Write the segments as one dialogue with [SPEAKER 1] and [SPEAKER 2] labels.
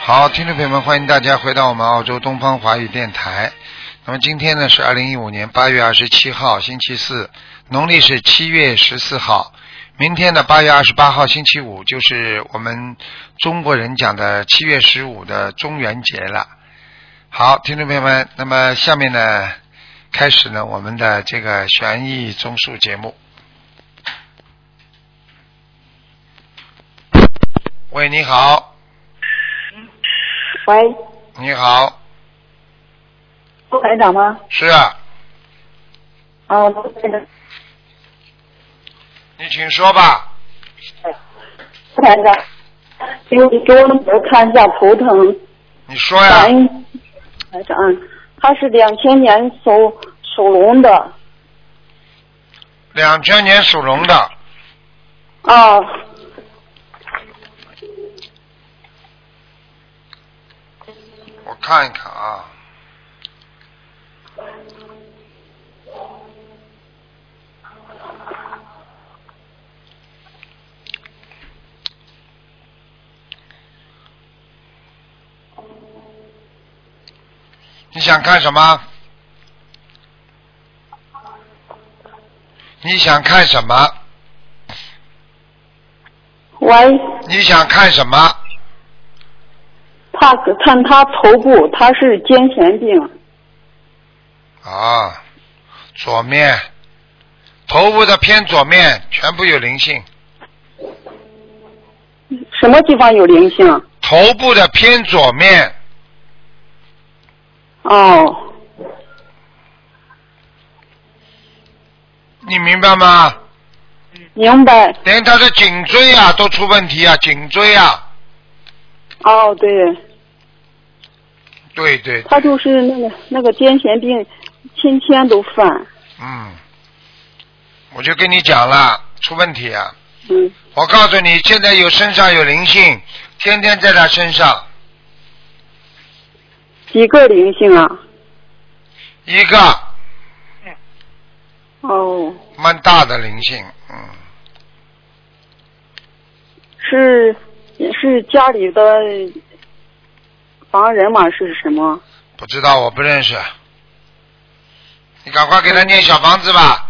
[SPEAKER 1] 好，听众朋友们，欢迎大家回到我们澳洲东方华语电台。那么今天呢是二零一五年八月二十七号，星期四，农历是七月十四号。明天呢八月二十八号，星期五，就是我们中国人讲的七月十五的中元节了。好，听众朋友们，那么下面呢开始呢我们的这个悬疑综述节目。喂，你好，
[SPEAKER 2] 喂，
[SPEAKER 1] 你好，
[SPEAKER 2] 卢台长吗？
[SPEAKER 1] 是啊，
[SPEAKER 2] 啊，卢台长，
[SPEAKER 1] 你请说吧。
[SPEAKER 2] 卢台长，请你给我女儿看一下图腾，
[SPEAKER 1] 你说
[SPEAKER 2] 感
[SPEAKER 1] 呀，
[SPEAKER 2] 啊恩台长，她是两千年属属龙的，
[SPEAKER 1] 两千年属龙的，
[SPEAKER 2] 啊，
[SPEAKER 1] 我看一看啊。你想看什么？你想看什么？
[SPEAKER 2] 喂，
[SPEAKER 1] 你想看什么？
[SPEAKER 2] 她看她头部，她是癫痫病，
[SPEAKER 1] 啊，左面，头部的偏左面全部有灵性，
[SPEAKER 2] 什么地方有灵性？
[SPEAKER 1] 头部的偏左面，
[SPEAKER 2] 哦，
[SPEAKER 1] 你明白吗？
[SPEAKER 2] 明白，
[SPEAKER 1] 连他的颈椎啊都出问题啊，颈椎啊，
[SPEAKER 2] 哦，对，
[SPEAKER 1] 对对，
[SPEAKER 2] 她就是那个那个癫痫病，天天都犯，
[SPEAKER 1] 嗯，我就跟你讲了，出问题啊！
[SPEAKER 2] 嗯，
[SPEAKER 1] 我告诉你，现在有身上有灵性，天天在他身上，
[SPEAKER 2] 几个灵性啊？
[SPEAKER 1] 一个
[SPEAKER 2] 哦，
[SPEAKER 1] 蛮大的灵性，嗯，
[SPEAKER 2] 是是家里的防人嘛？是什么？
[SPEAKER 1] 不知道我不认识，你赶快给他念小房子吧，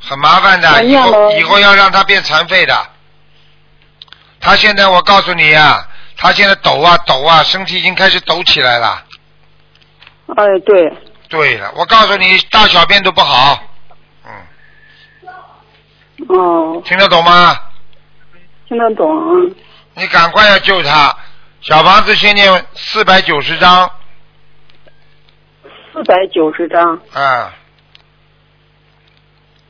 [SPEAKER 1] 很麻烦
[SPEAKER 2] 我
[SPEAKER 1] 的，以
[SPEAKER 2] 嗯念
[SPEAKER 1] 后
[SPEAKER 2] 了
[SPEAKER 1] 以后要让他变残废的。他现在我告诉你啊，他现在抖啊抖啊，身体已经开始抖起来了。
[SPEAKER 2] 哎，对，
[SPEAKER 1] 对了，我告诉你，大小便都不好。嗯，
[SPEAKER 2] 哦，
[SPEAKER 1] 听得懂吗？
[SPEAKER 2] 听得懂。嗯
[SPEAKER 1] 你赶快要救他。小房子先念四百九十章
[SPEAKER 2] 四百九十张，
[SPEAKER 1] 啊、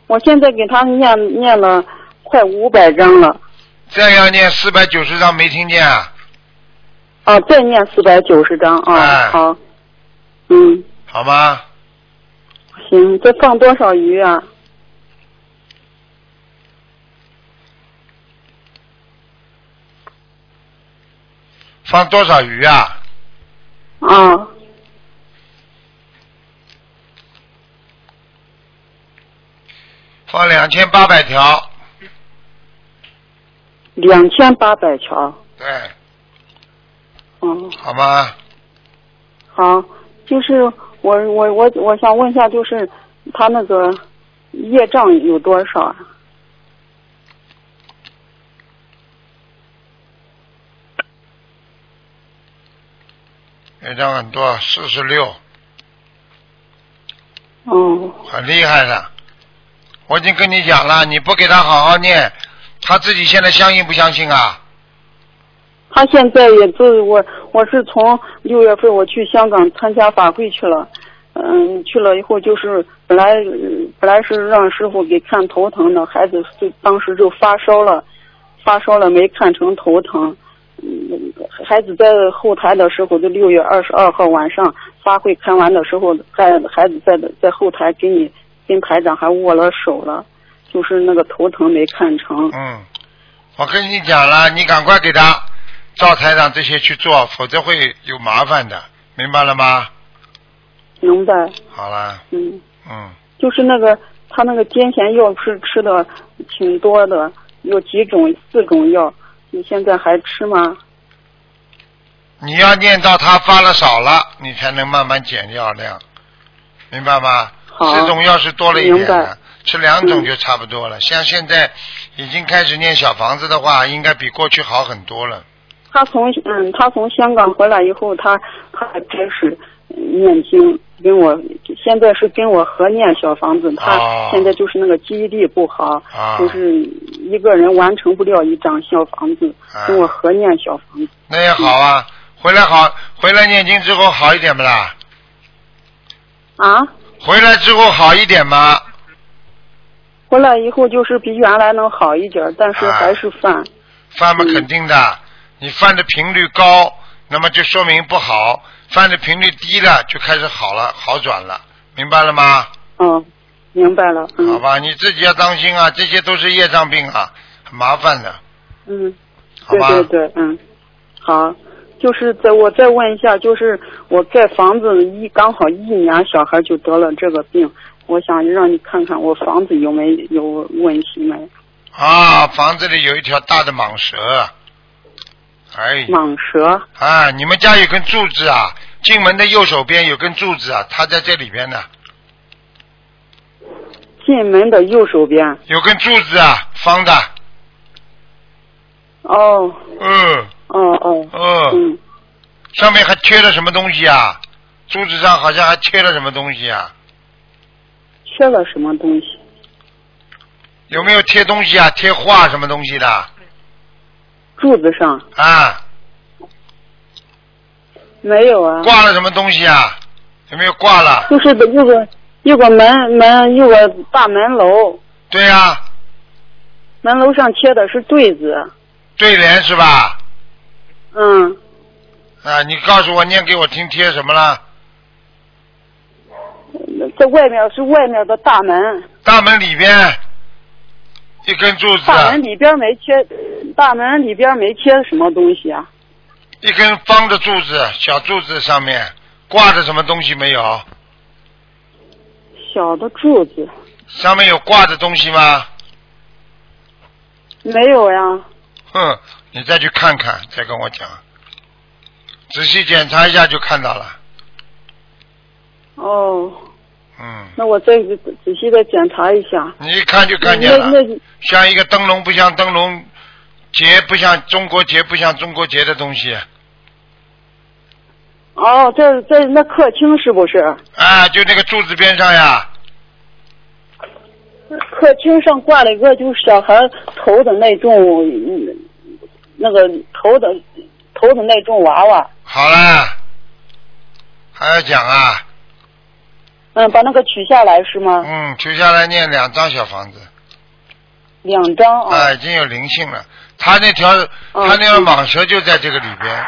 [SPEAKER 2] 我现在给他念念了快五百张了，
[SPEAKER 1] 再要念四百九十章，没听见啊？
[SPEAKER 2] 啊，再念四百九十张啊，
[SPEAKER 1] 哎
[SPEAKER 2] 好，嗯，
[SPEAKER 1] 好吗？
[SPEAKER 2] 行，这放多少鱼啊？
[SPEAKER 1] 放多少鱼啊？
[SPEAKER 2] 啊，
[SPEAKER 1] 放两千八百条。
[SPEAKER 2] 两千八百条，
[SPEAKER 1] 对，
[SPEAKER 2] 嗯，
[SPEAKER 1] 哎好吗？
[SPEAKER 2] 好，就是我我我我想问一下，就是他那个业障有多少啊？
[SPEAKER 1] 业障很多，四十六，
[SPEAKER 2] 哦，
[SPEAKER 1] 很厉害的。我已经跟你讲了，你不给他好好念，他自己现在相信不相信啊？
[SPEAKER 2] 他现在也就是我，我是从六月份我去香港参加法会去了，嗯，去了以后就是本来呃本来是让师傅给看头疼的，孩子就当时就发烧了，发烧了没看成头疼，嗯，孩子在后台的时候，就六月二十二号晚上发会开完的时候，在孩子在在后台给你跟台长还握了手了，就是那个头疼没看成，
[SPEAKER 1] 嗯，我跟你讲了，你赶快给他照台长这些去做，否则会有麻烦的，明白了吗？
[SPEAKER 2] 明白？
[SPEAKER 1] 好了，
[SPEAKER 2] 嗯。
[SPEAKER 1] 嗯，
[SPEAKER 2] 就是那个他那个癫痫药是吃的挺多的，有几种四种药，你现在还吃吗？
[SPEAKER 1] 你要念到它发了少了，你才能慢慢减药量，明白吗？
[SPEAKER 2] 好
[SPEAKER 1] 这种药是多了一点
[SPEAKER 2] 明白
[SPEAKER 1] 的，吃两种
[SPEAKER 2] 嗯
[SPEAKER 1] 就差不多了。像现在已经开始念小房子的话，应该比过去好很多了。
[SPEAKER 2] 他从嗯，他从香港回来以后，他他开始呃念经，跟我现在是跟我合念小房子。
[SPEAKER 1] 哦
[SPEAKER 2] 他现在就是那个记忆力不好，
[SPEAKER 1] 啊
[SPEAKER 2] 就是一个人完成不了一张小房子，
[SPEAKER 1] 啊
[SPEAKER 2] 跟我合念小房子。
[SPEAKER 1] 那也好啊，回来好，回来念经之后好一点不啦？
[SPEAKER 2] 啊，
[SPEAKER 1] 回来之后好一点吗？
[SPEAKER 2] 回来以后就是比原来能好一点，但是
[SPEAKER 1] 啊
[SPEAKER 2] 还是犯。
[SPEAKER 1] 犯嘛肯定的，你犯的频率高，那么就说明不好；犯的频率低了，就开始好了，好转了，明白了吗？
[SPEAKER 2] 嗯，明白了。
[SPEAKER 1] 好
[SPEAKER 2] 嗯
[SPEAKER 1] 吧，你自己要当心啊，这些都是业障病啊，很麻烦的，
[SPEAKER 2] 嗯。
[SPEAKER 1] 好
[SPEAKER 2] 对
[SPEAKER 1] 吧？
[SPEAKER 2] 对对，嗯，好，就是在我再问一下，就是我盖房子一刚好一年，小孩就得了这个病，我想让你看看我房子有没有问题没？
[SPEAKER 1] 啊，房子里有一条大的蟒蛇，哎，
[SPEAKER 2] 蟒蛇
[SPEAKER 1] 啊，你们家有根柱子啊，进门的右手边有根柱子啊，它在这里边呢，
[SPEAKER 2] 进门的右手边，
[SPEAKER 1] 有根柱子啊，方的，
[SPEAKER 2] 哦
[SPEAKER 1] 嗯
[SPEAKER 2] 哦哦，
[SPEAKER 1] 嗯。
[SPEAKER 2] 嗯，
[SPEAKER 1] 上面还缺了什么东西啊？柱子上好像还缺了什么东西啊？
[SPEAKER 2] 缺了什么东西？
[SPEAKER 1] 有没有贴东西啊？贴画什么东西的？
[SPEAKER 2] 柱子上
[SPEAKER 1] 啊，
[SPEAKER 2] 没有啊，
[SPEAKER 1] 挂了什么东西啊？有没有挂了？
[SPEAKER 2] 就是有个有个门门有个大门楼，
[SPEAKER 1] 对啊，
[SPEAKER 2] 门楼上贴的是对子，
[SPEAKER 1] 对联是吧？
[SPEAKER 2] 嗯，
[SPEAKER 1] 啊，你告诉我念给我听贴什么了？
[SPEAKER 2] 在外面是外面的大门。
[SPEAKER 1] 大门里边一根柱子，
[SPEAKER 2] 大门里边没贴，大门里边没贴什么东西啊？
[SPEAKER 1] 一根方的柱子，小柱子上面挂着什么东西没有？
[SPEAKER 2] 小的柱子
[SPEAKER 1] 上面有挂的东西吗？
[SPEAKER 2] 没有呀？
[SPEAKER 1] 哼，你再去看看，再跟我讲，仔细检查一下就看到了。
[SPEAKER 2] 哦，
[SPEAKER 1] 嗯，
[SPEAKER 2] 那我再仔细的检查一下。
[SPEAKER 1] 你一看就
[SPEAKER 2] 那
[SPEAKER 1] 看见
[SPEAKER 2] 那
[SPEAKER 1] 了，像一个灯笼不像灯笼节，不像中国节，不像中国节的东西。
[SPEAKER 2] 哦，这这那客厅是不是？
[SPEAKER 1] 啊，就那个柱子边上呀，
[SPEAKER 2] 客厅上挂了一个就是小孩头的那种，嗯那个头的头的那种娃娃。
[SPEAKER 1] 好啦，还要讲啊，
[SPEAKER 2] 嗯，把那个取下来是吗？
[SPEAKER 1] 嗯，取下来念两张小房子，
[SPEAKER 2] 两张
[SPEAKER 1] 啊，
[SPEAKER 2] 啊。
[SPEAKER 1] 已经有灵性了。他那条，他那条蟒蛇就在这个里边，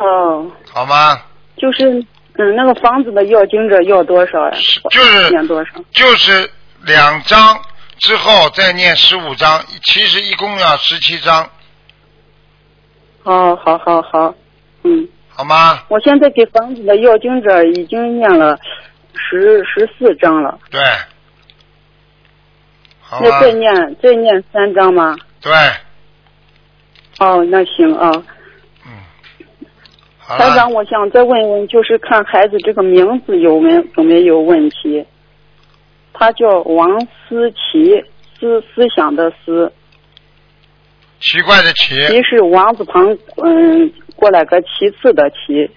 [SPEAKER 2] 哦，
[SPEAKER 1] 好吗？
[SPEAKER 2] 就是嗯，那个房子的要经者要多少呀、
[SPEAKER 1] 是就是
[SPEAKER 2] 念多少？
[SPEAKER 1] 就是两章之后再念十五章，其实一共要十七章，
[SPEAKER 2] 哦，好好好，嗯，
[SPEAKER 1] 好吗？
[SPEAKER 2] 我现在给房子的要经者已经念了十十四章了，
[SPEAKER 1] 对，好啊
[SPEAKER 2] 那
[SPEAKER 1] 吗？
[SPEAKER 2] 再念再念三章吗？
[SPEAKER 1] 对，
[SPEAKER 2] 哦，那行啊，
[SPEAKER 1] 嗯，好啊
[SPEAKER 2] 台
[SPEAKER 1] 了
[SPEAKER 2] 长，，我想再问一问，就是看孩子这个名字有没有有没有问题？他叫王思琪，思思想的思，
[SPEAKER 1] 奇怪的奇，
[SPEAKER 2] 琪是王字旁，嗯，过来个其次的其，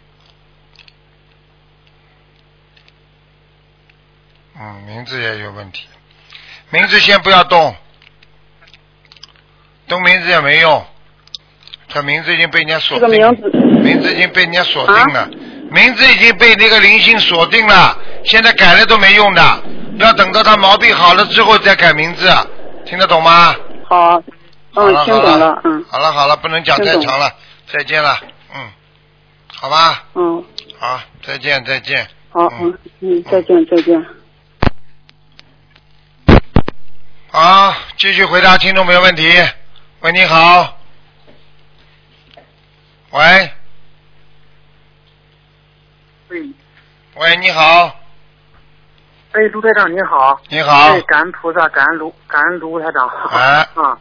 [SPEAKER 1] 嗯，名字也有问题，名字先不要动，动名字也没用，他名字已经被人家锁
[SPEAKER 2] 这
[SPEAKER 1] 定
[SPEAKER 2] 个
[SPEAKER 1] 了。
[SPEAKER 2] 名字，啊
[SPEAKER 1] 名哦字已经被人家锁定了，名字已经被那个灵性锁定了，现在改了都没用的，要等到他毛病好了之后再改名字，听得懂吗？
[SPEAKER 2] 好，
[SPEAKER 1] 好
[SPEAKER 2] 嗯，
[SPEAKER 1] 了
[SPEAKER 2] 听
[SPEAKER 1] 好
[SPEAKER 2] 懂
[SPEAKER 1] 了
[SPEAKER 2] 了，嗯
[SPEAKER 1] 好了好了，不能讲太长了，再见了，嗯，好吧，
[SPEAKER 2] 嗯，
[SPEAKER 1] 好，再见再见。
[SPEAKER 2] 好，嗯嗯，再见再见。
[SPEAKER 1] 好，继续回答听众朋友问题。喂，你好。喂。喂，你好，
[SPEAKER 3] 嗯哎，卢台长您好。
[SPEAKER 1] 你好
[SPEAKER 3] 哎，。感恩菩萨，感恩卢，感恩卢台长。啊
[SPEAKER 1] 哎
[SPEAKER 3] 啊，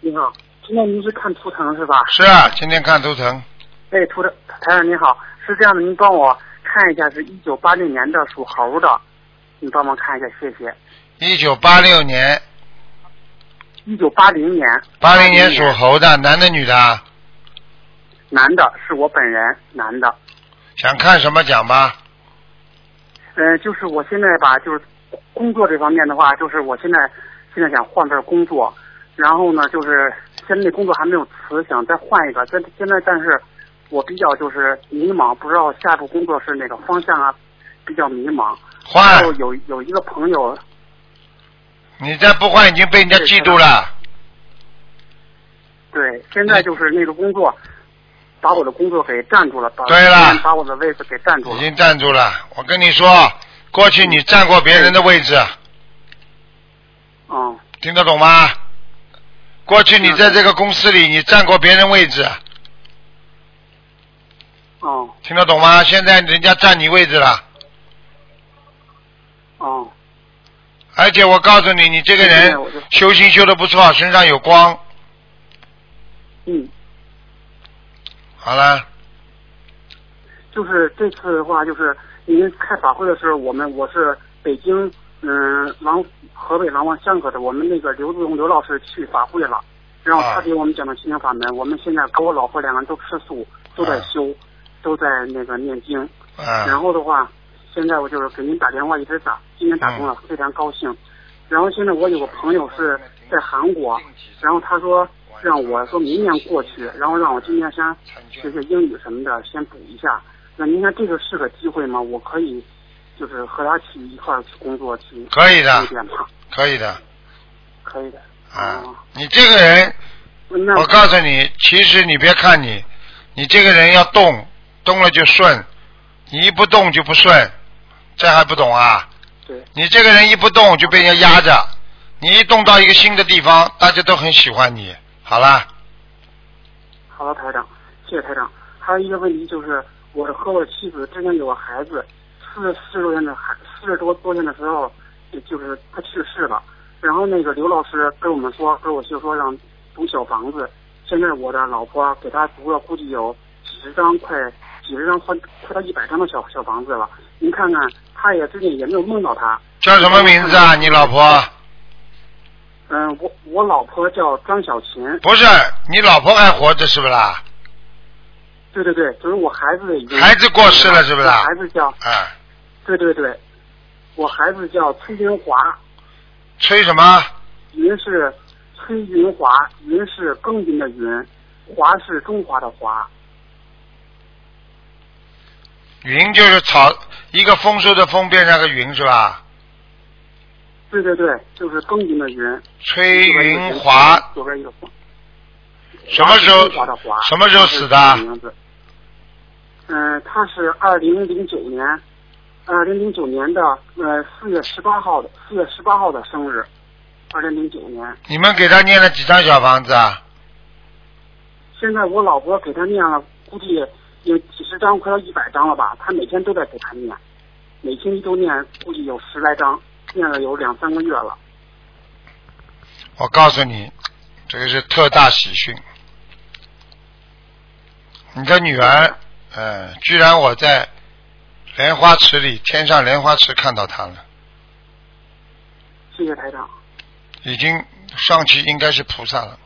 [SPEAKER 3] 你好，今天您是看图腾是吧？
[SPEAKER 1] 是啊，今天看图腾，
[SPEAKER 3] 哎，涂的台长您好，是这样的，您帮我看一下，是一九八六年的属猴的，你帮忙看一下，谢谢。
[SPEAKER 1] 一九八六年，
[SPEAKER 3] 一九八零年，
[SPEAKER 1] 八零年属猴的，男的女的啊？
[SPEAKER 3] 男的，是我本人，男的。
[SPEAKER 1] 想看什么讲吧？
[SPEAKER 3] 呃，就是我现在吧，就是工作这方面的话，就是我现在现在想换份工作，然后呢，就是现在那工作还没有辞，想再换一个。现现在但是我比较就是迷茫，不知道下一步工作是哪个方向啊，比较迷茫。
[SPEAKER 1] 换
[SPEAKER 3] 然后，有有一个朋友，
[SPEAKER 1] 你再不换已经被人家嫉妒了。
[SPEAKER 3] 对，现在就是那个工作把我的工作给占住了，把
[SPEAKER 1] 对了
[SPEAKER 3] 把我的位置给占住
[SPEAKER 1] 已
[SPEAKER 3] 了。
[SPEAKER 1] 经站住了。我跟你说，过去你占过别人的位置，
[SPEAKER 3] 嗯，
[SPEAKER 1] 听得懂吗？过去你在这个公司里，你占过别人位置，
[SPEAKER 3] 哦、
[SPEAKER 1] 听得懂吗？现在人家占你位置了，
[SPEAKER 3] 哦、
[SPEAKER 1] 而且我告诉你，你这个人
[SPEAKER 3] 对我就
[SPEAKER 1] 修行修的不错，身上有光。
[SPEAKER 3] 嗯，
[SPEAKER 1] 好了，
[SPEAKER 3] 就是这次的话，就是您开法会的时候，我们我是北京，嗯、廊河北廊坊香格的，我们那个刘志荣刘老师去法会了，然后
[SPEAKER 1] 啊
[SPEAKER 3] 他给我们讲的心灵法门，我们现在跟我老婆两个人都吃素，都在
[SPEAKER 1] 啊
[SPEAKER 3] 修，都在那个念经，然
[SPEAKER 1] 嗯，
[SPEAKER 3] 后的话，现在我就是给您打电话一直打，今天打通
[SPEAKER 1] 嗯
[SPEAKER 3] 了，非常高兴。然后现在我有个朋友是在韩国，
[SPEAKER 1] 嗯
[SPEAKER 3] 然后他说让我说明年过去，然后让我今年先学学英语什么的，先补一下。那您看这个是个机会吗？我可以就是和他去一块儿去工作去
[SPEAKER 1] 可以
[SPEAKER 3] 一
[SPEAKER 1] 的，
[SPEAKER 3] 点吗？
[SPEAKER 1] 可以的，
[SPEAKER 3] 可以的。
[SPEAKER 1] 啊
[SPEAKER 3] 哦，
[SPEAKER 1] 你这个人
[SPEAKER 3] 那
[SPEAKER 1] 我告诉你，其实你别看你，你这个人要动，动了就顺，你一不动就不顺，这还不懂啊？
[SPEAKER 3] 对
[SPEAKER 1] 你这个人一不动就被人家压着，你一动到一个新的地方，大家都很喜欢你。好啦，
[SPEAKER 3] 好的，台长，谢谢台长。还有一个问题就是，我和我妻子之前有个孩子，四四十多天的孩，四十多多天的时候，也就是他去世了。然后那个刘老师跟我们说，跟我就说让读小房子。现在我的老婆给他读了，估计有几十张，快几十张，快快到一百张的小小房子了。您看看，他也最近也没有梦到他。
[SPEAKER 1] 叫什么名字啊？你老婆？
[SPEAKER 3] 嗯、我我老婆叫张小琴。
[SPEAKER 1] 不是，你老婆还活着是不是啦？
[SPEAKER 3] 对对对，就是我孩子已经
[SPEAKER 1] 孩子过世了是不是啊
[SPEAKER 3] 我孩子叫
[SPEAKER 1] 啊，
[SPEAKER 3] 对对对，我孩子叫崔云华，
[SPEAKER 1] 崔什么？
[SPEAKER 3] 云是崔云华，云是耕耘的云，华是中华的华。
[SPEAKER 1] 云就是草，一个丰收的丰变成个云是吧？
[SPEAKER 3] 对对对，就是耕耘的云。
[SPEAKER 1] 崔云华
[SPEAKER 3] 左边一个华，
[SPEAKER 1] 什么时候
[SPEAKER 3] 华是中华的华
[SPEAKER 1] 什么时候死的
[SPEAKER 3] 这是他名字。嗯、他是二零零九年，二零零九年的呃四月十八号的四月十八号的生日，二零零九年。
[SPEAKER 1] 你们给他念了几张小房子啊？
[SPEAKER 3] 现在我老婆给他念了，估计有几十张，快到一百张了吧。他每天都在给他念，每星期都念，估计有十来张，念了有两三个月了。
[SPEAKER 1] 我告诉你，这个是特大喜讯。你的女儿，嗯，居然我在莲花池里，天上莲花池看到她了，
[SPEAKER 3] 谢谢台长，
[SPEAKER 1] 已经上去应该是菩萨了，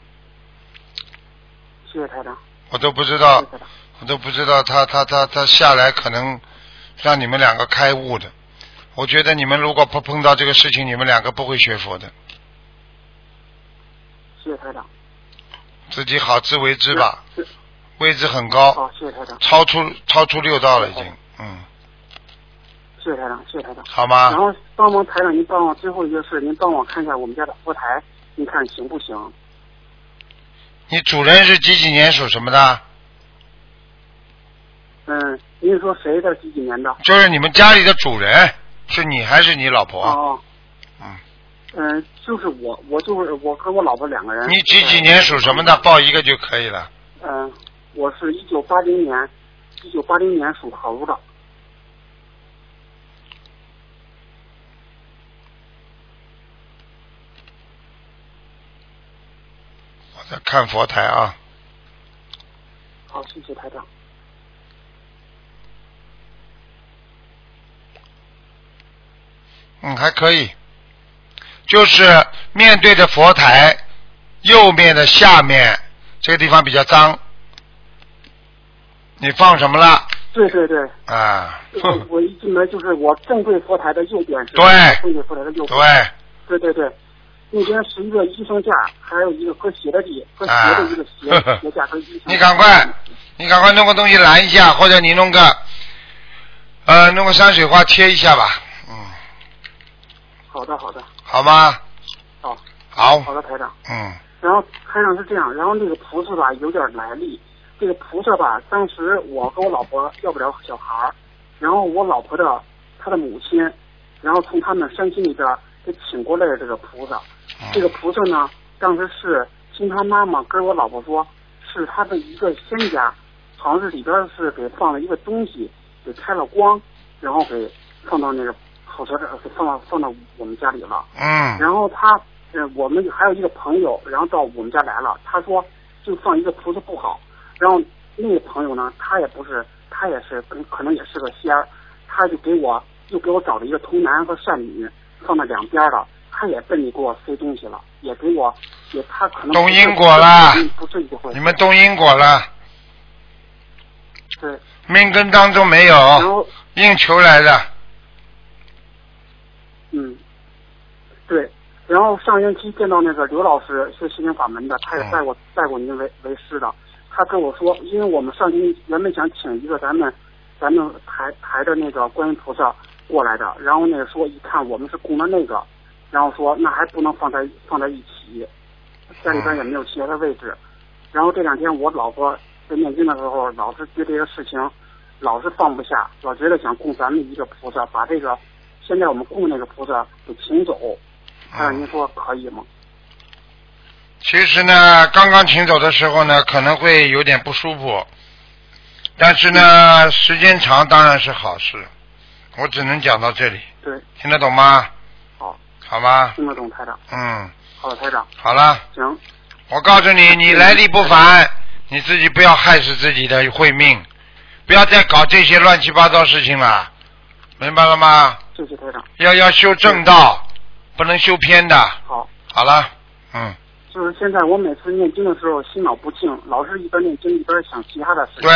[SPEAKER 3] 谢谢台长，
[SPEAKER 1] 我都不知
[SPEAKER 3] 谢
[SPEAKER 1] 道
[SPEAKER 3] 谢，台长。
[SPEAKER 1] 我都不知道她她她她下来可能让你们两个开悟的。我觉得你们如果不碰到这个事情，你们两个不会学佛的，
[SPEAKER 3] 谢谢台长，
[SPEAKER 1] 自己好自为之
[SPEAKER 3] 是
[SPEAKER 1] 吧。？
[SPEAKER 3] 是
[SPEAKER 1] 位置很高，
[SPEAKER 3] 哦，谢谢台长，
[SPEAKER 1] 超出超出六道了已经，嗯，
[SPEAKER 3] 谢谢台长，谢谢台长。
[SPEAKER 1] 好
[SPEAKER 3] 然
[SPEAKER 1] 吗？
[SPEAKER 3] 后帮忙台长，您帮我最后一个事，您帮我看一下我们家的佛台，您看行不行？
[SPEAKER 1] 你主人是几几年属什么的？
[SPEAKER 3] 嗯，您是说谁的几几年的？
[SPEAKER 1] 就是你们家里的主人是你还是你老婆？
[SPEAKER 3] 哦，
[SPEAKER 1] 嗯，
[SPEAKER 3] 嗯、就是我，我就是我跟我老婆两个人。
[SPEAKER 1] 你几几年属什么的？报一个就可以了。
[SPEAKER 3] 嗯，我是一九八零年，一九八零年属猴的。
[SPEAKER 1] 我在看佛台啊，啊
[SPEAKER 3] 好，谢谢台长。
[SPEAKER 1] 嗯，还可以，就是面对着佛台右面的下面这个地方比较脏，你放什么了
[SPEAKER 3] 对 对对，
[SPEAKER 1] 啊？
[SPEAKER 3] 就是我一进门就是我正对佛台的右边是
[SPEAKER 1] 对
[SPEAKER 3] 正对佛台的右边，
[SPEAKER 1] 对，
[SPEAKER 3] 对对对，那边是一个衣裳架，还有一个搁鞋的地，搁鞋的一个 鞋、
[SPEAKER 1] 啊
[SPEAKER 3] 鞋架和衣裳。
[SPEAKER 1] 你赶快，你赶快弄个东西拦一下，或者你弄个呃弄个山水画贴一下吧，嗯，
[SPEAKER 3] 好的好的，
[SPEAKER 1] 好吗？
[SPEAKER 3] 好
[SPEAKER 1] 好，
[SPEAKER 3] 好的台长。
[SPEAKER 1] 嗯
[SPEAKER 3] 然后台长是这样，然后那个菩萨吧有点来历，这个菩萨吧，当时我和我老婆要不了小孩儿，然后我老婆的她的母亲，然后从他们山区里边儿给请过来的这个菩萨，
[SPEAKER 1] 嗯
[SPEAKER 3] 这个菩萨呢，当时是听他妈妈跟我老婆说，是他的一个仙家，好像是里边儿是给放了一个东西，给开了光，然后给放到那个好像是给放到放到我们家里了。
[SPEAKER 1] 嗯
[SPEAKER 3] 然后他，呃，我们还有一个朋友，然后到我们家来了，他说就放一个菩萨不好。然后嗯那个朋友呢，他也不是，他也是可可能也是个仙儿，他就给我又给我找了一个童男和善女，放在两边儿了。他也奔你给我塞东西了，也给我，也他可能嗯
[SPEAKER 1] 动因果啦
[SPEAKER 3] 不是一回事。
[SPEAKER 1] 你们动因果了，
[SPEAKER 3] 对，
[SPEAKER 1] 命根当中没
[SPEAKER 3] 然
[SPEAKER 1] 有，
[SPEAKER 3] 后
[SPEAKER 1] 硬求来的。
[SPEAKER 3] 嗯，对。然后上星期见到那个刘老师是心灵法门的，他也带我带过您为为师的。他跟我说，因为我们上星期原本想请一个咱们咱们台台的那个观音菩萨过来的，然后那个说一看我们是供的那个，然后说那还不能放在放在一起，家里边也没有其他的位置。然后这两天我老婆在念经的时候，老是对这个事情老是放不下，老觉得想供咱们一个菩萨，把这个现在我们供那个菩萨给请走。哎、
[SPEAKER 1] 嗯
[SPEAKER 3] 您说可以吗？
[SPEAKER 1] 其实呢，刚刚请走的时候呢，可能会有点不舒服，但是呢，时间长当然是好事。我只能讲到这里，
[SPEAKER 3] 对，
[SPEAKER 1] 听得懂吗？
[SPEAKER 3] 好，
[SPEAKER 1] 好吗？
[SPEAKER 3] 听得懂台长。
[SPEAKER 1] 嗯，
[SPEAKER 3] 好的，台长，
[SPEAKER 1] 好了，
[SPEAKER 3] 行，
[SPEAKER 1] 我告诉你，你来历不凡，你自己不要害死自己的慧命，不要再搞这些乱七八糟事情了，明白了吗？
[SPEAKER 3] 谢谢台长。
[SPEAKER 1] 要要修正道，不能修偏的。
[SPEAKER 3] 好，
[SPEAKER 1] 好了，嗯，
[SPEAKER 3] 就是现在我每次念经的时候心脑不静，老是一边念经一边想其他的事情。
[SPEAKER 1] 对。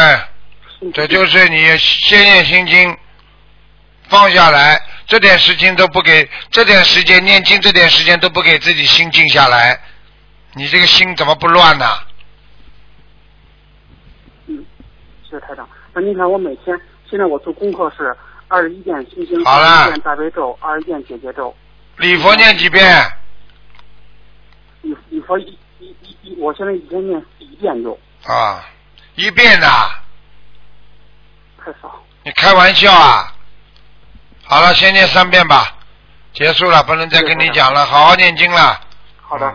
[SPEAKER 3] 心不静，
[SPEAKER 1] 这就是你先念心经，放下来，这点时间都不给，这点时间念经，这点时间都不给自己心静下来，你这个心怎么不乱呢、
[SPEAKER 3] 嗯，谢谢台长。那您看我每天现在我做功课是二十一遍心经，
[SPEAKER 1] 好了
[SPEAKER 3] 二十一遍大悲咒，二十一遍解结咒，
[SPEAKER 1] 礼佛念几遍？
[SPEAKER 3] 你你说一一一一，我现在一天念一遍就
[SPEAKER 1] 啊，一遍呐、
[SPEAKER 3] 太少。
[SPEAKER 1] 你开玩笑啊？好了，先念三遍吧，结束了，不能再跟你讲了，好好念经了，
[SPEAKER 3] 好的，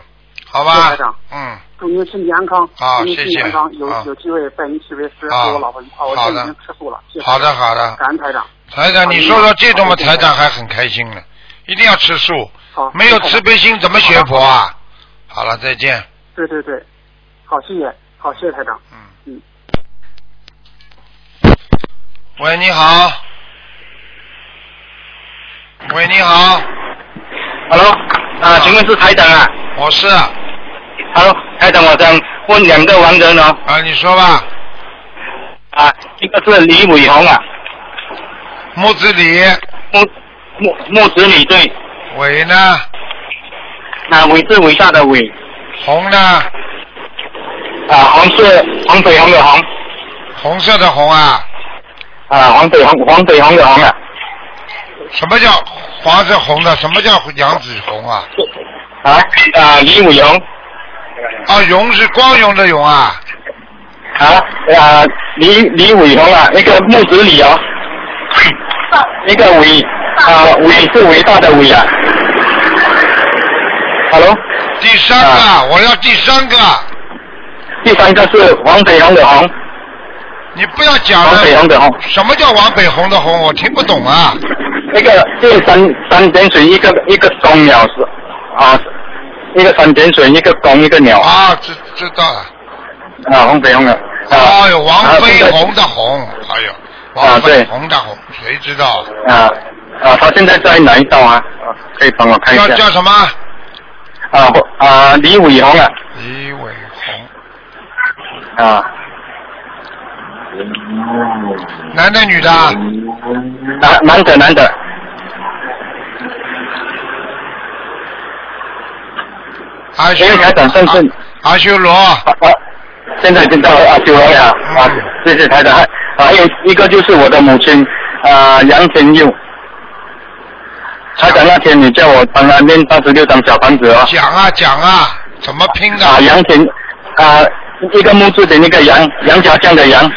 [SPEAKER 1] 好
[SPEAKER 3] 谢谢
[SPEAKER 1] 吧
[SPEAKER 3] 台长？
[SPEAKER 1] 嗯，
[SPEAKER 3] 祝您身体安康，
[SPEAKER 1] 好
[SPEAKER 3] 祝您身体
[SPEAKER 1] 谢谢
[SPEAKER 3] 安康，有
[SPEAKER 1] 啊
[SPEAKER 3] 有机会拜您去为师，
[SPEAKER 1] 啊
[SPEAKER 3] 和我老婆一块儿，我
[SPEAKER 1] 好
[SPEAKER 3] 现
[SPEAKER 1] 的
[SPEAKER 3] 在已经吃素了，谢谢，
[SPEAKER 1] 好的好的，
[SPEAKER 3] 感恩台长，
[SPEAKER 1] 台长，你说说这种嘛，台长还很开心呢，一定要吃素。
[SPEAKER 3] 好，
[SPEAKER 1] 没有
[SPEAKER 3] 谢谢
[SPEAKER 1] 慈悲心怎么学佛啊？好了，再见。
[SPEAKER 3] 对对对，好，谢谢，好，谢谢台长。
[SPEAKER 1] 嗯
[SPEAKER 3] 嗯。
[SPEAKER 1] 喂，你好。喂，你好，
[SPEAKER 4] Hello，啊，请问是台长啊
[SPEAKER 1] 我是啊，
[SPEAKER 4] ？Hello，台长，我想问两个亡人哦，
[SPEAKER 1] 你说吧，
[SPEAKER 4] 啊，一个是李伟红啊，
[SPEAKER 1] 木子李
[SPEAKER 4] 木木木子李对，
[SPEAKER 1] 伟呢，
[SPEAKER 4] 啊，伟是伟大的伟，
[SPEAKER 1] 红呢，
[SPEAKER 4] 啊，红是黄北红的红，
[SPEAKER 1] 红色的红啊，
[SPEAKER 4] 啊，黄北红黄北红的红啊，
[SPEAKER 1] 什么叫黄色红的？什么叫杨子红啊？
[SPEAKER 4] 啊啊，李伟红，
[SPEAKER 1] 啊，荣是光荣的荣啊，
[SPEAKER 4] 啊啊，李李伟红啊，那个木子李哦，那个伟啊伟是伟大的伟啊，Hello，
[SPEAKER 1] 第三个，
[SPEAKER 4] 啊
[SPEAKER 1] 我要第三个，
[SPEAKER 4] 第三个是黄北红的红。
[SPEAKER 1] 你不要讲
[SPEAKER 4] 王北红
[SPEAKER 1] 了，
[SPEAKER 4] 的红，
[SPEAKER 1] 什么叫往北红的红？我听不懂啊。
[SPEAKER 4] 那个这三三点水一个一个公鸟是啊，一个三点水一个公一个鸟啊，
[SPEAKER 1] 啊，知知道了。
[SPEAKER 4] 啊红北红的啊，
[SPEAKER 1] 哎呦，王
[SPEAKER 4] 啊
[SPEAKER 1] 飞
[SPEAKER 4] 现在
[SPEAKER 1] 鸿的鸿，哎呦，
[SPEAKER 4] 啊
[SPEAKER 1] 王飞
[SPEAKER 4] 对
[SPEAKER 1] 鸿的鸿，谁知道？
[SPEAKER 4] 啊啊，他现在在哪一道啊？啊可以帮我看一
[SPEAKER 1] 叫
[SPEAKER 4] 下
[SPEAKER 1] 叫什么？
[SPEAKER 4] 啊不啊李伟红啊
[SPEAKER 1] 李伟红，
[SPEAKER 4] 啊
[SPEAKER 1] 男的女的啊？
[SPEAKER 4] 嗯男男的男的
[SPEAKER 1] 阿修啊
[SPEAKER 4] 因为台长上次
[SPEAKER 1] 阿修罗，
[SPEAKER 4] 啊啊现在已经到了阿修罗了啊谢谢台长还啊还有一个就是我的母亲啊杨田佑台长那天你叫我帮他念八十六张小房子哦
[SPEAKER 1] 讲啊讲啊，怎么拼的？
[SPEAKER 4] 啊杨田啊一个木字的那个杨杨家将的杨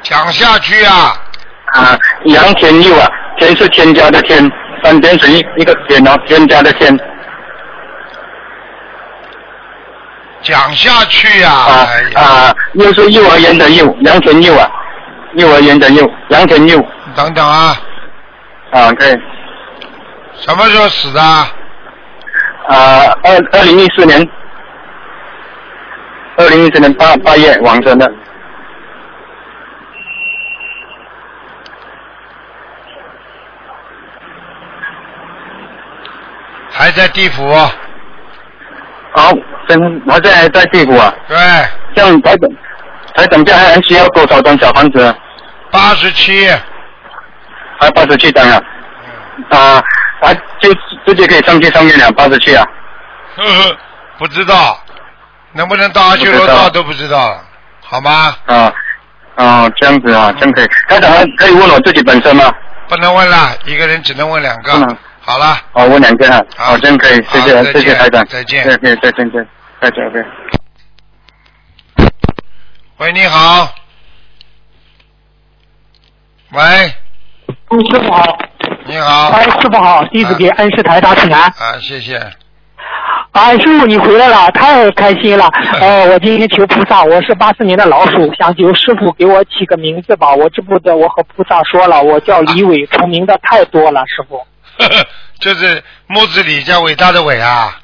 [SPEAKER 1] 讲下去啊！
[SPEAKER 4] 啊，杨天佑啊，天是添加的天，三点水一个点哦，添加的添
[SPEAKER 1] 讲下去呀、
[SPEAKER 4] 啊
[SPEAKER 1] 哎呀，
[SPEAKER 4] 啊，又是幼儿园的幼，杨天佑啊，幼儿园的幼，杨天佑
[SPEAKER 1] 等等啊，
[SPEAKER 4] 啊，对
[SPEAKER 1] 什么时候死的？
[SPEAKER 4] 啊，二二零一四年，二零一四年八八月往生的
[SPEAKER 1] 还在地府？
[SPEAKER 4] 好，真我现在在地府啊，
[SPEAKER 1] 对，
[SPEAKER 4] 这样台等台等下还需要多少张小房子啊？
[SPEAKER 1] 八十七。
[SPEAKER 4] 还八十七张啊？啊啊，就直接可以上去上面了，八十七啊。
[SPEAKER 1] 呵呵，不知道，能不能到阿修罗道都不知道了，好吗？
[SPEAKER 4] 啊，哦，这样子
[SPEAKER 1] 嗯
[SPEAKER 4] 啊，这样可以。他长可以问我自己本身吗？
[SPEAKER 1] 不能问了，一个人只能问两
[SPEAKER 4] 不
[SPEAKER 1] 个
[SPEAKER 5] 嗯
[SPEAKER 4] 能。
[SPEAKER 1] 好了，
[SPEAKER 4] 哦，问两个啊。
[SPEAKER 1] 好
[SPEAKER 4] 哦，这样可以，谢
[SPEAKER 1] 好
[SPEAKER 4] 谢，
[SPEAKER 1] 再见
[SPEAKER 4] 谢谢台长。
[SPEAKER 1] 再见
[SPEAKER 4] 再见，再见，再见，再见，再见。
[SPEAKER 1] 喂，你好。喂，
[SPEAKER 5] 嗯，师傅好，
[SPEAKER 1] 你好。
[SPEAKER 5] 哎，师傅好，弟子给恩师台打请安。
[SPEAKER 1] 啊，谢谢。
[SPEAKER 5] 哎，师傅你回来了，太开心了。呃，我今天求菩萨，我是八四年的老鼠，想求师傅给我起个名字吧。我这不得，我和菩萨说了，我叫李伟，重名的太多了，师傅。
[SPEAKER 1] 呵呵，就是木子李加伟大的伟啊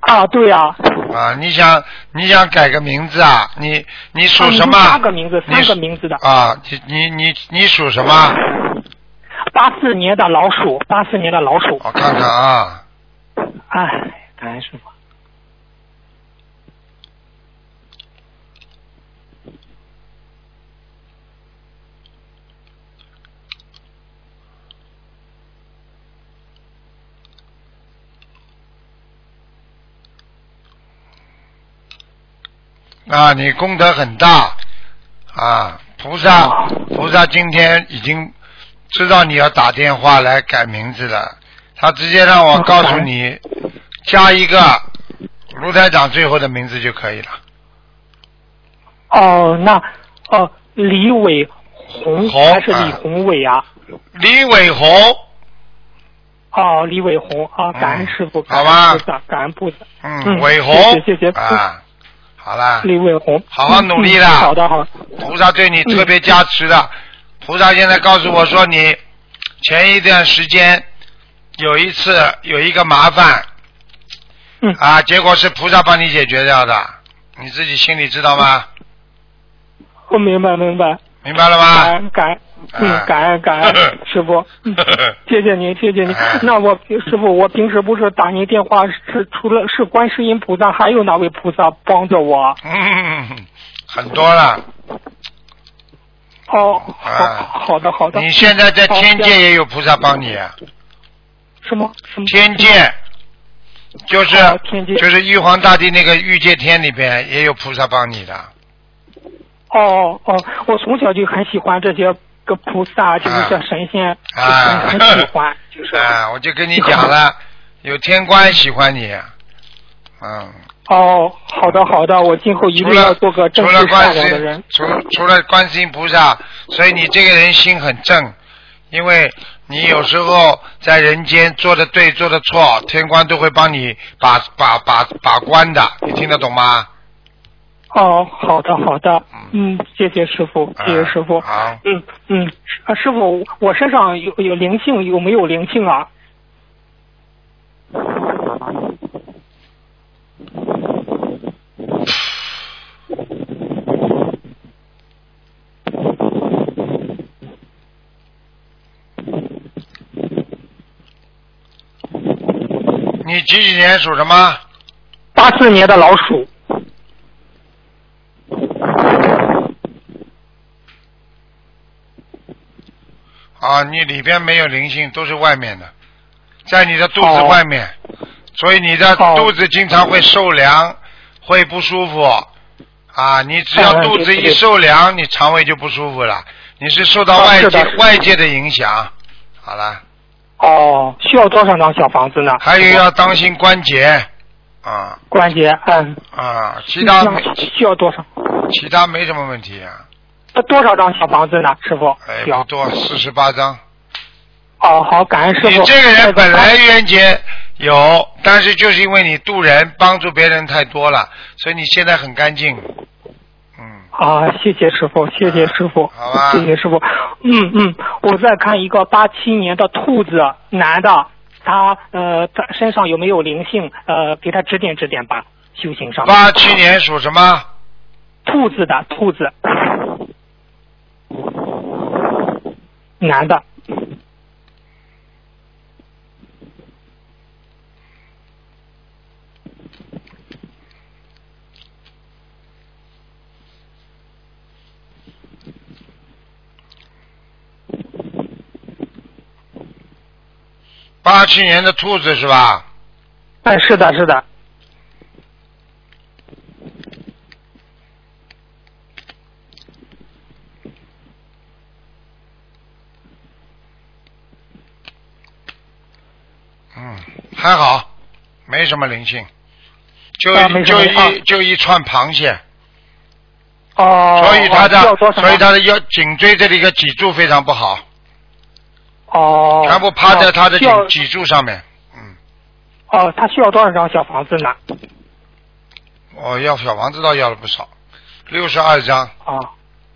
[SPEAKER 5] 啊，对呀、
[SPEAKER 1] 啊！你想你想改个名字啊？你你属
[SPEAKER 5] 啊
[SPEAKER 1] 什么？
[SPEAKER 5] 你是八个名字，
[SPEAKER 1] 你
[SPEAKER 5] 三个名字的。
[SPEAKER 1] 啊，你你你你属什么？
[SPEAKER 5] 八四年的老鼠，八四年的老鼠。
[SPEAKER 1] 我看看啊，
[SPEAKER 5] 哎，感恩师傅。
[SPEAKER 1] 啊，你功德很大啊！菩萨
[SPEAKER 5] 嗯
[SPEAKER 1] 菩萨今天已经知道你要打电话来改名字了，他直接让我告诉你加一个卢台长最后的名字就可以了。
[SPEAKER 5] 哦，那哦，李伟红
[SPEAKER 1] 红
[SPEAKER 5] 还是李宏伟啊？
[SPEAKER 1] 李伟红，
[SPEAKER 5] 哦，李伟红啊，感恩师傅，
[SPEAKER 1] 嗯好
[SPEAKER 5] 感
[SPEAKER 1] 吧
[SPEAKER 5] 恩菩萨，感恩菩萨。
[SPEAKER 1] 嗯，
[SPEAKER 5] 嗯
[SPEAKER 1] 伟红，
[SPEAKER 5] 谢谢谢谢
[SPEAKER 1] 啊，好啦，
[SPEAKER 5] 李伟红，
[SPEAKER 1] 好好
[SPEAKER 5] 嗯
[SPEAKER 1] 努力啦
[SPEAKER 5] 嗯好的，好的。
[SPEAKER 1] 菩萨对你特别加持的。菩萨现在告诉我说，你前一段时间有一次有一个麻烦，
[SPEAKER 5] 嗯
[SPEAKER 1] 啊，结果是菩萨帮你解决掉的，你自己心里知道吗？
[SPEAKER 5] 嗯我明白明白，
[SPEAKER 1] 明白了
[SPEAKER 5] 感
[SPEAKER 1] 吗？
[SPEAKER 5] 恩感恩，
[SPEAKER 1] 啊
[SPEAKER 5] 嗯，感恩 感恩师傅，嗯谢谢您谢谢您
[SPEAKER 1] 啊。
[SPEAKER 5] 那我平师傅，我平时不是打您电话是除了是观世音菩萨，还有哪位菩萨帮着我？
[SPEAKER 1] 嗯，很多了。
[SPEAKER 5] 哦，
[SPEAKER 1] 啊
[SPEAKER 5] 好好的好的。嗯
[SPEAKER 1] 你现在在
[SPEAKER 5] 好
[SPEAKER 1] 天界
[SPEAKER 5] 这样
[SPEAKER 1] 也有菩萨帮你，啊
[SPEAKER 5] 什么什么？
[SPEAKER 1] 天界就是
[SPEAKER 5] 哦天界
[SPEAKER 1] 就是玉皇大帝那个玉界天里边也有菩萨帮你的。
[SPEAKER 5] 哦哦，我从小就很喜欢这些个菩萨，就是
[SPEAKER 1] 啊
[SPEAKER 5] 这神仙，
[SPEAKER 1] 啊
[SPEAKER 5] 就是很喜欢，就是
[SPEAKER 1] 啊，我就跟你讲了，有天官喜欢你，啊嗯，
[SPEAKER 5] 哦，好的好的，我今后哦一
[SPEAKER 1] 除
[SPEAKER 5] 定要
[SPEAKER 1] 了
[SPEAKER 5] 做个
[SPEAKER 1] 除
[SPEAKER 5] 正
[SPEAKER 1] 了
[SPEAKER 5] 直
[SPEAKER 1] 观
[SPEAKER 5] 善
[SPEAKER 1] 世
[SPEAKER 5] 良的人
[SPEAKER 1] 音。除除了观世音菩萨，所以你这个人心很正，因为你有时候在人间做的对做的错，天官都会帮你把把把把关的，你听得懂吗？
[SPEAKER 5] 哦，好的好的，嗯，谢谢师傅，谢谢师傅。
[SPEAKER 1] 啊好，
[SPEAKER 5] 嗯嗯，啊，师傅，我身上有有灵性，有没有灵性啊？
[SPEAKER 1] 你几几年属什么？
[SPEAKER 5] 八四年的老鼠，
[SPEAKER 1] 啊，你里边没有灵性，都是外面的，在你的肚子
[SPEAKER 5] 哦
[SPEAKER 1] 外面，所以你的
[SPEAKER 5] 哦
[SPEAKER 1] 肚子经常会受凉，会不舒服。啊，你只要
[SPEAKER 5] 嗯
[SPEAKER 1] 肚子
[SPEAKER 5] 对对
[SPEAKER 1] 一
[SPEAKER 5] 对
[SPEAKER 1] 受凉，你肠胃就不舒服了。你是受到
[SPEAKER 5] 啊
[SPEAKER 1] 外
[SPEAKER 5] 是
[SPEAKER 1] 界
[SPEAKER 5] 的啊是的
[SPEAKER 1] 外界的影响。好了，
[SPEAKER 5] 哦，需要多少张小房子呢？
[SPEAKER 1] 还有要当心关节，啊
[SPEAKER 5] 关节，嗯，
[SPEAKER 1] 啊，其他没
[SPEAKER 5] 需嗯要多少？
[SPEAKER 1] 其他没什么问题啊。
[SPEAKER 5] 呃，多少张小房子呢，师傅？
[SPEAKER 1] 哎，
[SPEAKER 5] 需要
[SPEAKER 1] 不多，四十八张。
[SPEAKER 5] 哦，好，感恩师
[SPEAKER 1] 你
[SPEAKER 5] 傅。
[SPEAKER 1] 这个人本来
[SPEAKER 5] 呃
[SPEAKER 1] 冤结有，但是就是因为你渡人、帮助别人太多了，所以你现在很干净。嗯，
[SPEAKER 5] 啊，谢谢师傅，谢谢师傅，
[SPEAKER 1] 好吧
[SPEAKER 5] 谢谢师傅。嗯嗯，我再看一个八七年的兔子男的，他呃，他身上有没有灵性？呃，给他指点指点吧，修行上面。
[SPEAKER 1] 八七年属什么？
[SPEAKER 5] 兔子的兔子，男的，
[SPEAKER 1] 八七年的兔子是吧？
[SPEAKER 5] 哎，是的，是的，
[SPEAKER 1] 嗯，还好，没什么灵性，就
[SPEAKER 5] 啊没什
[SPEAKER 1] 就
[SPEAKER 5] 么啊
[SPEAKER 1] 一就一串螃蟹，
[SPEAKER 5] 哦，
[SPEAKER 1] 所以他
[SPEAKER 5] 需要多
[SPEAKER 1] 的
[SPEAKER 5] 少
[SPEAKER 1] 所以他的腰颈椎这里的脊柱非常不好，
[SPEAKER 5] 哦，
[SPEAKER 1] 全部趴在他的
[SPEAKER 5] 需
[SPEAKER 1] 颈
[SPEAKER 5] 要
[SPEAKER 1] 脊柱上面。嗯，
[SPEAKER 5] 哦，他需要多少张小房子呢？
[SPEAKER 1] 我要小王子倒要了不少，六十二张。
[SPEAKER 5] 啊，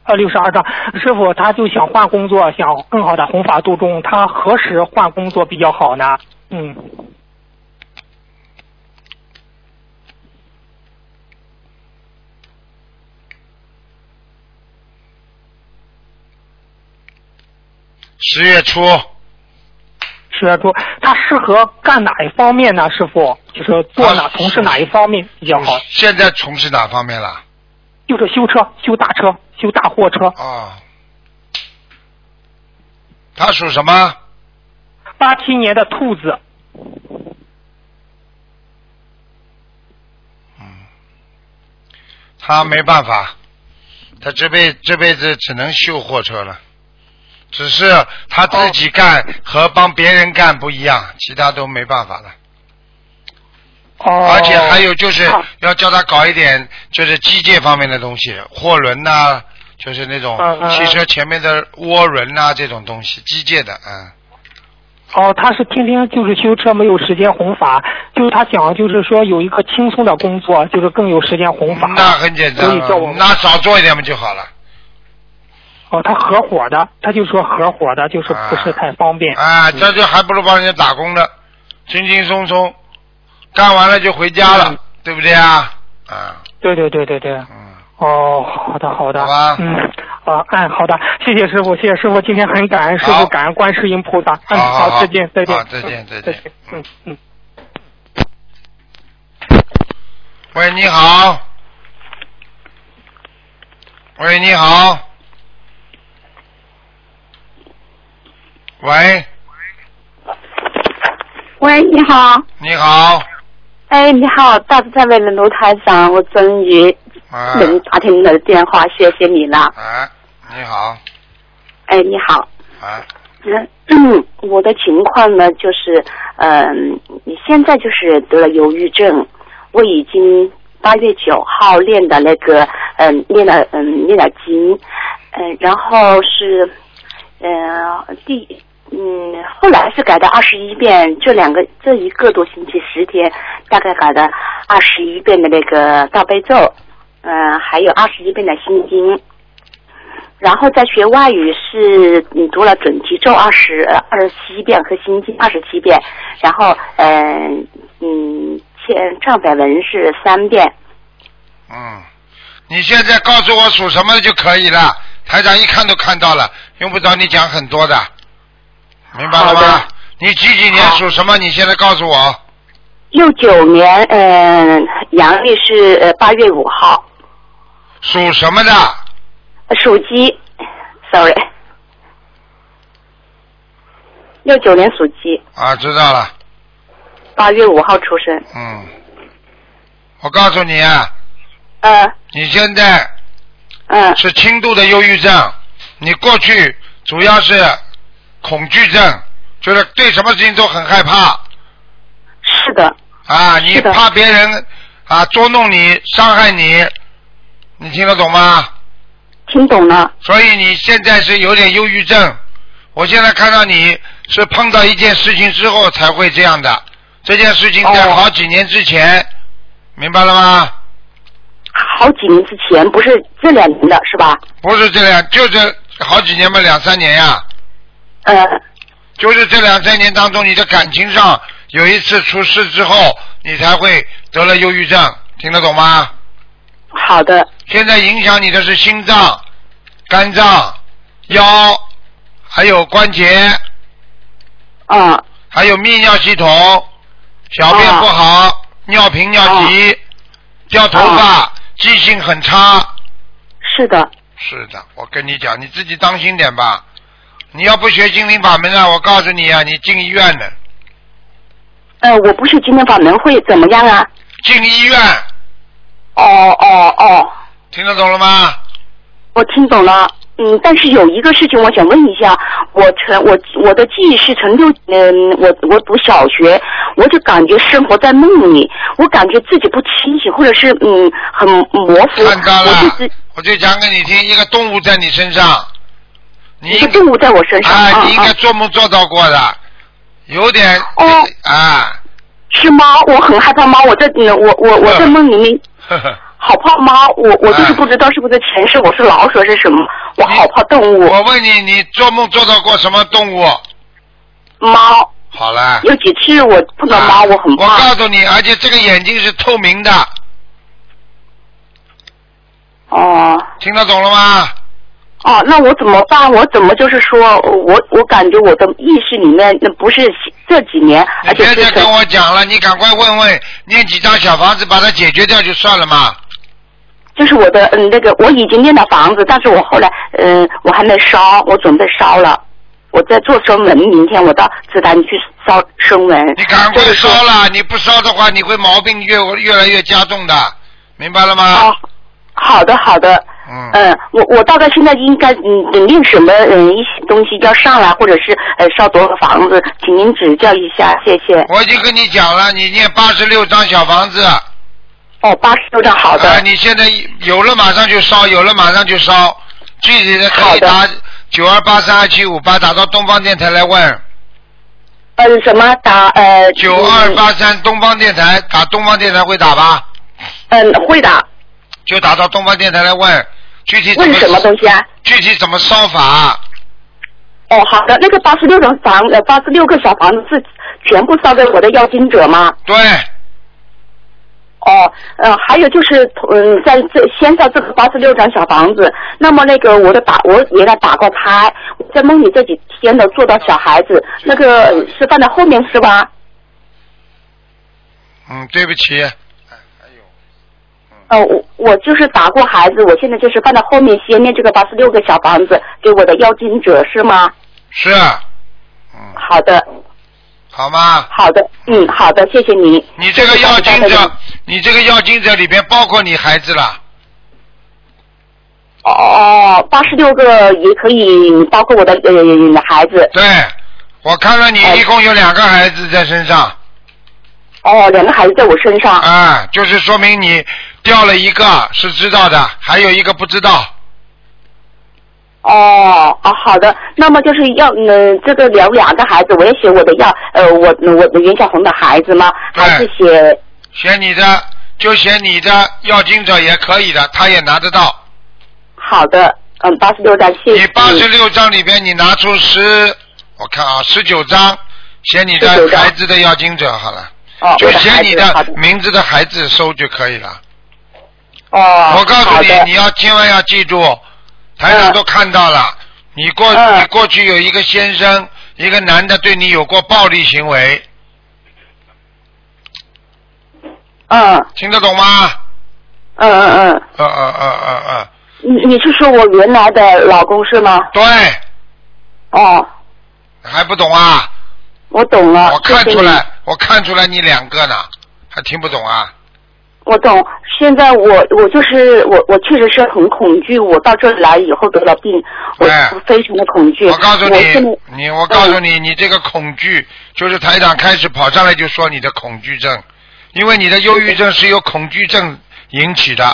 [SPEAKER 5] 呃，六十二张。师傅，他就想换工作，想更好的弘法度众，他何时换工作比较好呢？嗯，
[SPEAKER 1] 十月初，
[SPEAKER 5] 师傅，他适合干哪一方面呢？师傅，就是做哪、
[SPEAKER 1] 啊
[SPEAKER 5] 从事哪一方面比较好？
[SPEAKER 1] 现在从事哪方面了？
[SPEAKER 5] 就是修车、修大车、修大货车。
[SPEAKER 1] 哦，他属什么？
[SPEAKER 5] 八七年的兔子，
[SPEAKER 1] 他没办法，他这辈这辈子只能修货车了。只是他自己干和帮别人干不一样，其他都没办法了。
[SPEAKER 5] 哦，
[SPEAKER 1] 而且还有就是
[SPEAKER 5] 啊
[SPEAKER 1] 要叫他搞一点就是机械方面的东西，货轮呐、就是那种
[SPEAKER 5] 嗯嗯嗯
[SPEAKER 1] 汽车前面的涡轮呐、这种东西，机械的啊。
[SPEAKER 5] 哦，他是天天就是修车，没有时间弘法，就是他想就是说有一个轻松的工作，就是更有时间弘法。
[SPEAKER 1] 那很简单
[SPEAKER 5] 所以叫我
[SPEAKER 1] 了，那少做一点不就好了？
[SPEAKER 5] 哦，他合伙的，他就说合伙的，就是不是太方便。
[SPEAKER 1] 啊，这就还不如帮人家打工呢，轻轻松松，干完了就回家了，
[SPEAKER 5] 嗯
[SPEAKER 1] 对不对啊？啊，
[SPEAKER 5] 对对对对对。
[SPEAKER 1] 嗯，
[SPEAKER 5] 哦，好的好的。
[SPEAKER 1] 好吧
[SPEAKER 5] 嗯，啊，哎，好的，谢谢师傅，谢谢师傅，今天很感恩师
[SPEAKER 1] 好
[SPEAKER 5] 傅，感恩观世音菩萨。嗯，
[SPEAKER 1] 好好好
[SPEAKER 5] 再见再见。
[SPEAKER 1] 好再见
[SPEAKER 5] 嗯
[SPEAKER 1] 再见
[SPEAKER 5] 再见。嗯嗯。
[SPEAKER 1] 喂，你好，喂，你好，喂，
[SPEAKER 6] 喂，你好，
[SPEAKER 1] 你好，
[SPEAKER 6] 哎，你好，大慈大悲的卢台长，我终于
[SPEAKER 1] 啊
[SPEAKER 6] 能
[SPEAKER 2] 嗯
[SPEAKER 6] 打听你的电话，谢谢你了。
[SPEAKER 1] 啊，你好
[SPEAKER 6] 哎，你好，
[SPEAKER 1] 啊，
[SPEAKER 6] 嗯，我的情况呢，就是，嗯、现在就是得了忧郁症，我已经八月九号练的那个，嗯、练了，嗯、练了经，嗯、然后是，呃，第，嗯，后来是改到二十一遍，这两个这一个多星期十天，大概改到二十一遍的那个大悲咒，嗯、还有二十一遍的心经，然后在学外语是嗯读了准提咒二十二十七遍和心经二十七遍，然后嗯嗯欠忏悔文是三遍。
[SPEAKER 1] 嗯，你现在告诉我属什么就可以了，台长一看都看到了，用不着你讲很多的，明白了
[SPEAKER 6] 好
[SPEAKER 1] 吗
[SPEAKER 6] 的？
[SPEAKER 1] 你几几年
[SPEAKER 6] 好
[SPEAKER 1] 属什么？你现在告诉我。
[SPEAKER 6] 六九年，嗯、阳历是呃八月五号，呃
[SPEAKER 1] 属什么的？
[SPEAKER 6] 属鸡，sorry，六九年属鸡，
[SPEAKER 1] 啊，知道了，
[SPEAKER 6] 八月五号出生，
[SPEAKER 1] 嗯。我告诉你啊，
[SPEAKER 6] 呃，
[SPEAKER 1] 你现在
[SPEAKER 6] 嗯，
[SPEAKER 1] 是轻度的忧郁症，你过去主要是恐惧症，就是对什么事情都很害怕
[SPEAKER 6] 是的，
[SPEAKER 1] 啊，你
[SPEAKER 6] 是的
[SPEAKER 1] 怕别人啊捉弄你、伤害你，你听得懂吗？
[SPEAKER 6] 听懂了，
[SPEAKER 1] 所以你现在是有点忧郁症。我现在看到你是碰到一件事情之后才会这样的，这件事情在
[SPEAKER 6] 哦
[SPEAKER 1] 好几年之前，明白了吗？
[SPEAKER 6] 好几年之前不是这两年的是吧？
[SPEAKER 1] 不是这样，就是好几年吧，两三年呀、
[SPEAKER 6] 呃，
[SPEAKER 1] 就是这两三年当中，你的感情上有一次出事之后，你才会得了忧郁症，听得懂吗？
[SPEAKER 6] 好的，
[SPEAKER 1] 现在影响你的是心脏、肝脏、腰，还有关节，
[SPEAKER 6] 嗯，
[SPEAKER 1] 还有泌尿系统，小便不好，
[SPEAKER 6] 啊
[SPEAKER 1] 尿频尿急，掉头发，记性很差。
[SPEAKER 6] 是的，
[SPEAKER 1] 是的，我跟你讲，你自己当心点吧。你要不学心灵法门啊，我告诉你啊，你进医院的，
[SPEAKER 6] 呃，我不是今天法门会怎么样啊？
[SPEAKER 1] 进医院，
[SPEAKER 6] 哦哦哦，
[SPEAKER 1] 听得懂了吗？
[SPEAKER 6] 我听懂了。嗯，但是有一个事情我想问一下，我从我我的记忆是从六嗯，我我读小学，我就感觉生活在梦里，我感觉自己不清醒，或者是嗯很模糊，
[SPEAKER 1] 看到了
[SPEAKER 6] 我就，是
[SPEAKER 1] 我就讲给你听，一个动物在你身上，你
[SPEAKER 6] 一个动物在我身上
[SPEAKER 1] 啊，
[SPEAKER 6] 啊
[SPEAKER 1] 你应该
[SPEAKER 6] 啊，
[SPEAKER 1] 做梦做到过的，有点、
[SPEAKER 6] 哦
[SPEAKER 1] 啊，
[SPEAKER 6] 是猫，我很害怕猫，我在嗯我我我在梦里面
[SPEAKER 1] 呵呵，
[SPEAKER 6] 好怕猫，我我就是
[SPEAKER 1] 啊
[SPEAKER 6] 不知道是不是前世我是老鼠还是什么，我好怕动物
[SPEAKER 1] 我问你，你做梦做到过什么动物？
[SPEAKER 6] 猫，
[SPEAKER 1] 好 了，
[SPEAKER 6] 有几次我碰到
[SPEAKER 1] 啊
[SPEAKER 6] 猫我很
[SPEAKER 1] 我告
[SPEAKER 6] 怕
[SPEAKER 1] 诉你，而且这个眼睛是透明的，
[SPEAKER 6] 哦。
[SPEAKER 1] 听得懂了吗？
[SPEAKER 6] 哦，那我怎么办？我怎么就是说，我我感觉我的意识里面那不是这几年，
[SPEAKER 1] 你
[SPEAKER 6] 而且
[SPEAKER 1] 别
[SPEAKER 6] 是
[SPEAKER 1] 再跟
[SPEAKER 6] 从
[SPEAKER 1] 我讲了，你赶快问问，念几张小房子把它解决掉就算了嘛。
[SPEAKER 6] 就是我的嗯那个我已经念了房子，但是我后来嗯我还没烧，我准备烧了，我在做声纹，明天我到紫檀去烧声纹。
[SPEAKER 1] 你赶
[SPEAKER 6] 就
[SPEAKER 1] 快
[SPEAKER 6] 是说
[SPEAKER 1] 烧了，你不烧的话，你会毛病越越来越加重的，明白了吗
[SPEAKER 6] 哦？，好的好的。
[SPEAKER 1] 啊嗯
[SPEAKER 6] 嗯，我我大概现在应该嗯等定什么嗯一些东西要上来，或者是呃烧多少房子，请您指教一下，谢谢。
[SPEAKER 1] 我已经跟你讲了，你念八十六张小房子，
[SPEAKER 6] 哦，八十六张，好的。
[SPEAKER 1] 啊，你现在有了马上就烧，有了马上就烧，具体的可
[SPEAKER 6] 好
[SPEAKER 1] 以
[SPEAKER 6] 的
[SPEAKER 1] 打九二八三二七五八打到东方电台来问，
[SPEAKER 6] 嗯，什么打呃？
[SPEAKER 1] 九二八三东方电台打东方电台会打吧，
[SPEAKER 6] 嗯。嗯，会的。
[SPEAKER 1] 就打到东方电台来问，具体怎
[SPEAKER 6] 问
[SPEAKER 1] 么
[SPEAKER 6] 什么东西啊？
[SPEAKER 1] 具体怎么烧法，
[SPEAKER 6] 哦，好的，那个八十六个房，呃，八十六个小房子是全部烧给我的要经者吗？
[SPEAKER 1] 对，
[SPEAKER 6] 哦，呃，还有就是，嗯，在这先在这个八十六张小房子，那么那个我的打，我原来打过胎，我在梦里这几天的做到小孩子，那个呃是放在后面是吧？
[SPEAKER 1] 嗯，对不起，
[SPEAKER 6] 呃，我我就是打过孩子，我现在就是放在后面先念这个八十六个小房子给我的要经者是吗？
[SPEAKER 1] 是，嗯，
[SPEAKER 6] 好的，
[SPEAKER 1] 好吗？
[SPEAKER 6] 好的，嗯，好的，谢谢您。
[SPEAKER 1] 你这个
[SPEAKER 6] 谢谢
[SPEAKER 1] 要
[SPEAKER 6] 大
[SPEAKER 1] 经
[SPEAKER 6] 家的
[SPEAKER 1] 者，你这个要经者里边包括你孩子了，
[SPEAKER 6] 哦，八十六个也可以，包括我的呃孩子。
[SPEAKER 1] 对，我看到你
[SPEAKER 6] 哎
[SPEAKER 1] 一共有两个孩子在身上。
[SPEAKER 6] 哦，两个孩子在我身上。
[SPEAKER 1] 啊，就是说明你掉了一个是知道的，还有一个不知道。
[SPEAKER 6] 哦，哦，好的。那么就是要嗯、这个聊两个孩子，我也写我的要呃，我我的袁小红的孩子吗？
[SPEAKER 1] 对
[SPEAKER 6] 还是写？
[SPEAKER 1] 写你的就写你的要经者也可以的，他也拿得到。
[SPEAKER 6] 好的，嗯，八十六张，谢谢
[SPEAKER 1] 你八十六张里边，你拿出十，我看啊，十九张，写你的
[SPEAKER 6] 19张
[SPEAKER 1] 孩子的要经者好了，
[SPEAKER 6] 哦，
[SPEAKER 1] 就
[SPEAKER 6] 我的
[SPEAKER 1] 写
[SPEAKER 6] 孩
[SPEAKER 1] 你
[SPEAKER 6] 子，好
[SPEAKER 1] 的
[SPEAKER 6] 的。
[SPEAKER 1] 名字的孩子收就可以了。
[SPEAKER 6] 哦，
[SPEAKER 1] 我告诉
[SPEAKER 6] 好
[SPEAKER 1] 你，
[SPEAKER 6] 的
[SPEAKER 1] 你要千万要记住，台长
[SPEAKER 6] 嗯
[SPEAKER 1] 都看到了，你过
[SPEAKER 6] 嗯
[SPEAKER 1] 你过去有一个先生，一个男的对你有过暴力行为，
[SPEAKER 6] 嗯
[SPEAKER 1] 听得懂吗？
[SPEAKER 6] 嗯嗯嗯，
[SPEAKER 1] 呃呃呃呃呃，
[SPEAKER 6] 你你是说我原来的老公是吗？
[SPEAKER 1] 对，
[SPEAKER 6] 哦，
[SPEAKER 1] 还不懂啊？
[SPEAKER 6] 我懂了，
[SPEAKER 1] 我看
[SPEAKER 6] 啊谢谢
[SPEAKER 1] 出
[SPEAKER 6] 你
[SPEAKER 1] 来，我看出来你两个呢，还听不懂啊？
[SPEAKER 6] 我懂，现在我我就是我我确实是很恐惧，我到这里来以后得了病，我
[SPEAKER 1] 哎
[SPEAKER 6] 非常的恐惧。
[SPEAKER 1] 我告诉
[SPEAKER 6] 现在嗯
[SPEAKER 1] 你，你我告诉你，你这个恐惧就是台长开始跑上来就说你的恐惧症，因为你的忧郁症是由恐惧症引起的，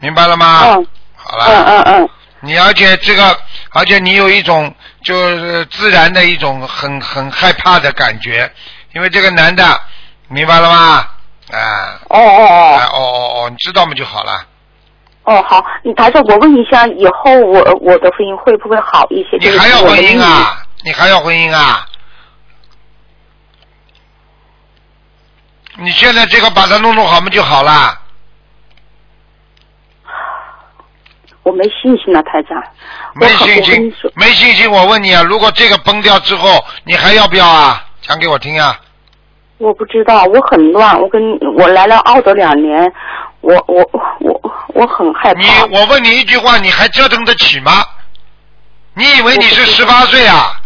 [SPEAKER 1] 明白了吗？
[SPEAKER 6] 嗯
[SPEAKER 1] 好
[SPEAKER 6] 嗯
[SPEAKER 1] 了，
[SPEAKER 6] 嗯嗯，
[SPEAKER 1] 你而且这个，而且你有一种就是自然的一种很很害怕的感觉，因为这个男的，明白了吗？啊，
[SPEAKER 6] 哦哦
[SPEAKER 1] 哎哦哦哦，你知道嘛就好了。
[SPEAKER 6] 哦哦，好，你台长，我问一下，以后我我的婚姻会不会好一些？
[SPEAKER 1] 你还要婚姻？啊？你还要婚姻啊？你现在这个把它弄弄好嘛就好啦。
[SPEAKER 6] 我没信心了，台长。
[SPEAKER 1] 没信心，没信心。我问你啊，如果这个崩掉之后，你还要不要啊？讲给我听啊。
[SPEAKER 6] 我不知道，我很乱。我跟我来了澳洲两年，我我我我很害
[SPEAKER 1] 你
[SPEAKER 6] 怕。
[SPEAKER 1] 我问你一句话，你还折腾得起吗？你以为你是
[SPEAKER 6] 我不
[SPEAKER 1] 十
[SPEAKER 6] 知
[SPEAKER 1] 八岁啊？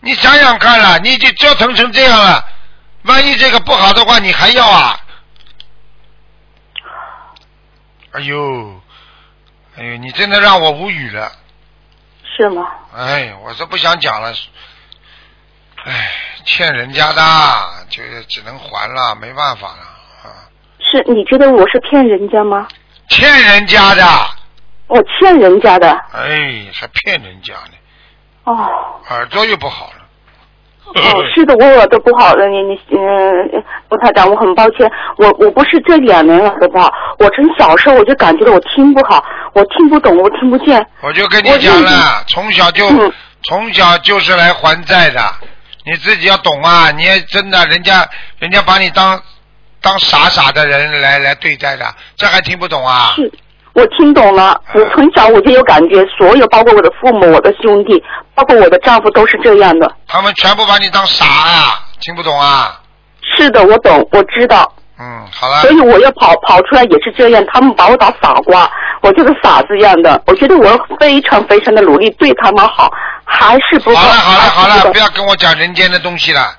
[SPEAKER 1] 你想想看啦，你已经折腾成这样了，万一这个不好的话，你还要啊？哎呦，哎呦，你真的让我无语了。
[SPEAKER 6] 是吗？
[SPEAKER 1] 哎，我是不想讲了。哎，欠人家的，就是只能还了，没办法了啊。
[SPEAKER 6] 是你觉得我是骗人家吗？
[SPEAKER 1] 欠人家的，
[SPEAKER 6] 我欠人家的
[SPEAKER 1] 哎，还骗人家呢。
[SPEAKER 6] 哦。
[SPEAKER 1] 耳朵又不好了。
[SPEAKER 6] 哦，是的，我耳朵不好了，你你嗯，吴台长，我很抱歉，我我不是这两年耳朵不好，我从小时候我就感觉到我听不好，我听不懂，我听不见。
[SPEAKER 1] 我就跟你
[SPEAKER 6] 我
[SPEAKER 1] 讲
[SPEAKER 6] 认
[SPEAKER 1] 了，从小就、
[SPEAKER 6] 嗯
[SPEAKER 1] 从小就是来还债的，你自己要懂啊！你也真的，人家人家把你当当傻傻的人来来对待的，这还听不懂啊？
[SPEAKER 6] 是，我听懂了，我从小我就有感觉，所有包括我的父母、我的兄弟，包括我的丈夫都是这样的。
[SPEAKER 1] 他们全部把你当傻啊，听不懂啊？
[SPEAKER 6] 是的，我懂，我知道，
[SPEAKER 1] 嗯，好了
[SPEAKER 6] 所，以我要跑跑出来也是这样，他们把我当傻瓜，我就是傻子一样的。我觉得我非常非常的努力对他们好，还是不够。
[SPEAKER 1] 好了，好了，好
[SPEAKER 6] 还是
[SPEAKER 1] 了，
[SPEAKER 6] 不
[SPEAKER 1] 不
[SPEAKER 6] 够
[SPEAKER 1] 要跟我讲人间的东西了。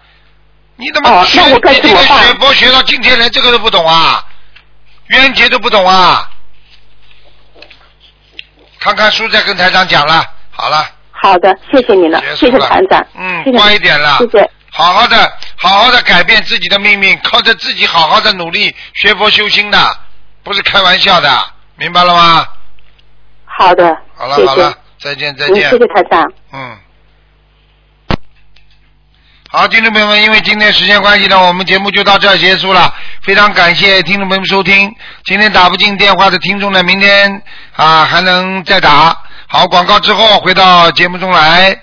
[SPEAKER 1] 你怎么
[SPEAKER 6] 哦
[SPEAKER 1] 学、
[SPEAKER 6] 那我该
[SPEAKER 1] 你这
[SPEAKER 6] 怎
[SPEAKER 1] 个
[SPEAKER 6] 么办
[SPEAKER 1] 学佛学到今天连这个都不懂啊？冤结都不懂啊？看看书再跟台长讲了，好了，
[SPEAKER 6] 好的，谢谢你了，
[SPEAKER 1] 结束
[SPEAKER 6] 谢
[SPEAKER 1] 了
[SPEAKER 6] 谢团长，
[SPEAKER 1] 嗯
[SPEAKER 6] 谢谢
[SPEAKER 1] 乖一点了
[SPEAKER 6] 谢谢，
[SPEAKER 1] 好好的，好好的改变自己的命运，靠着自己好好的努力学佛修心的，不是开玩笑的，明白了吗？
[SPEAKER 6] 好的，
[SPEAKER 1] 好了
[SPEAKER 6] 谢谢，
[SPEAKER 1] 好了，再见再
[SPEAKER 6] 嗯，
[SPEAKER 1] 见
[SPEAKER 6] 谢。谢团长。
[SPEAKER 1] 嗯，好，听众朋友们，因为今天时间关系呢，我们节目就到这儿结束了。非常感谢听众朋友们收听。今天打不进电话的听众呢，明天啊还能再打。好，广告之后回到节目中来。